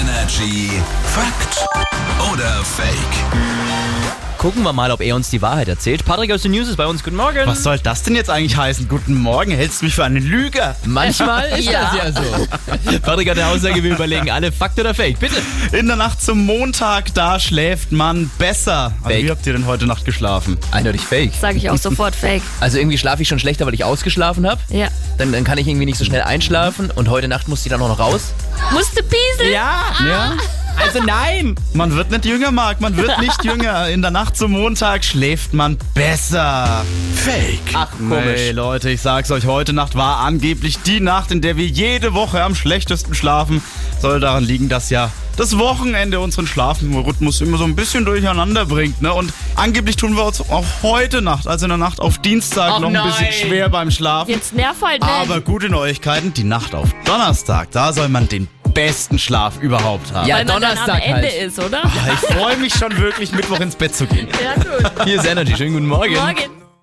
Energy Fakt oder Fake? Gucken wir mal, ob er uns die Wahrheit erzählt. Patrick aus den News ist bei uns. Guten Morgen. Was soll das denn jetzt eigentlich heißen? Guten Morgen, hältst du mich für einen Lüger? Manchmal ist Ja. das ja so. Patrick hat eine Aussage, wir überlegen alle Fakt oder Fake. Bitte. In der Nacht zum Montag, da schläft man besser. Also Fake. wie habt ihr denn heute Nacht geschlafen? Eindeutig Fake. Sage ich auch sofort fake. Also irgendwie schlafe ich schon schlechter, weil ich ausgeschlafen habe. Ja. Dann, dann kann ich irgendwie nicht so schnell einschlafen und heute Nacht musste ich dann auch noch raus. Musste pieseln? Ja, ja. Also nein! Man wird nicht jünger, Marc, man wird nicht jünger. In der Nacht zum Montag schläft man besser. Fake. Ach, Nee, komisch. Leute, ich sag's euch, heute Nacht war angeblich die Nacht, in der wir jede Woche am schlechtesten schlafen. Soll daran liegen, dass ja das Wochenende unseren Schlafrhythmus immer so ein bisschen durcheinander bringt. Ne? Und angeblich tun wir uns auch heute Nacht, also in der Nacht auf Dienstag, Ach noch ein nein. bisschen schwer beim Schlafen. Jetzt nerv halt nicht. Aber gute Neuigkeiten, die Nacht auf Donnerstag, da soll man den besten Schlaf überhaupt haben. Ja, Weil man dann am Donnerstag Ende halt. ist, oder? Ich freue mich schon wirklich, Mittwoch ins Bett zu gehen. Ja, gut. Hier ist Energy. Schönen guten Morgen. Morgen.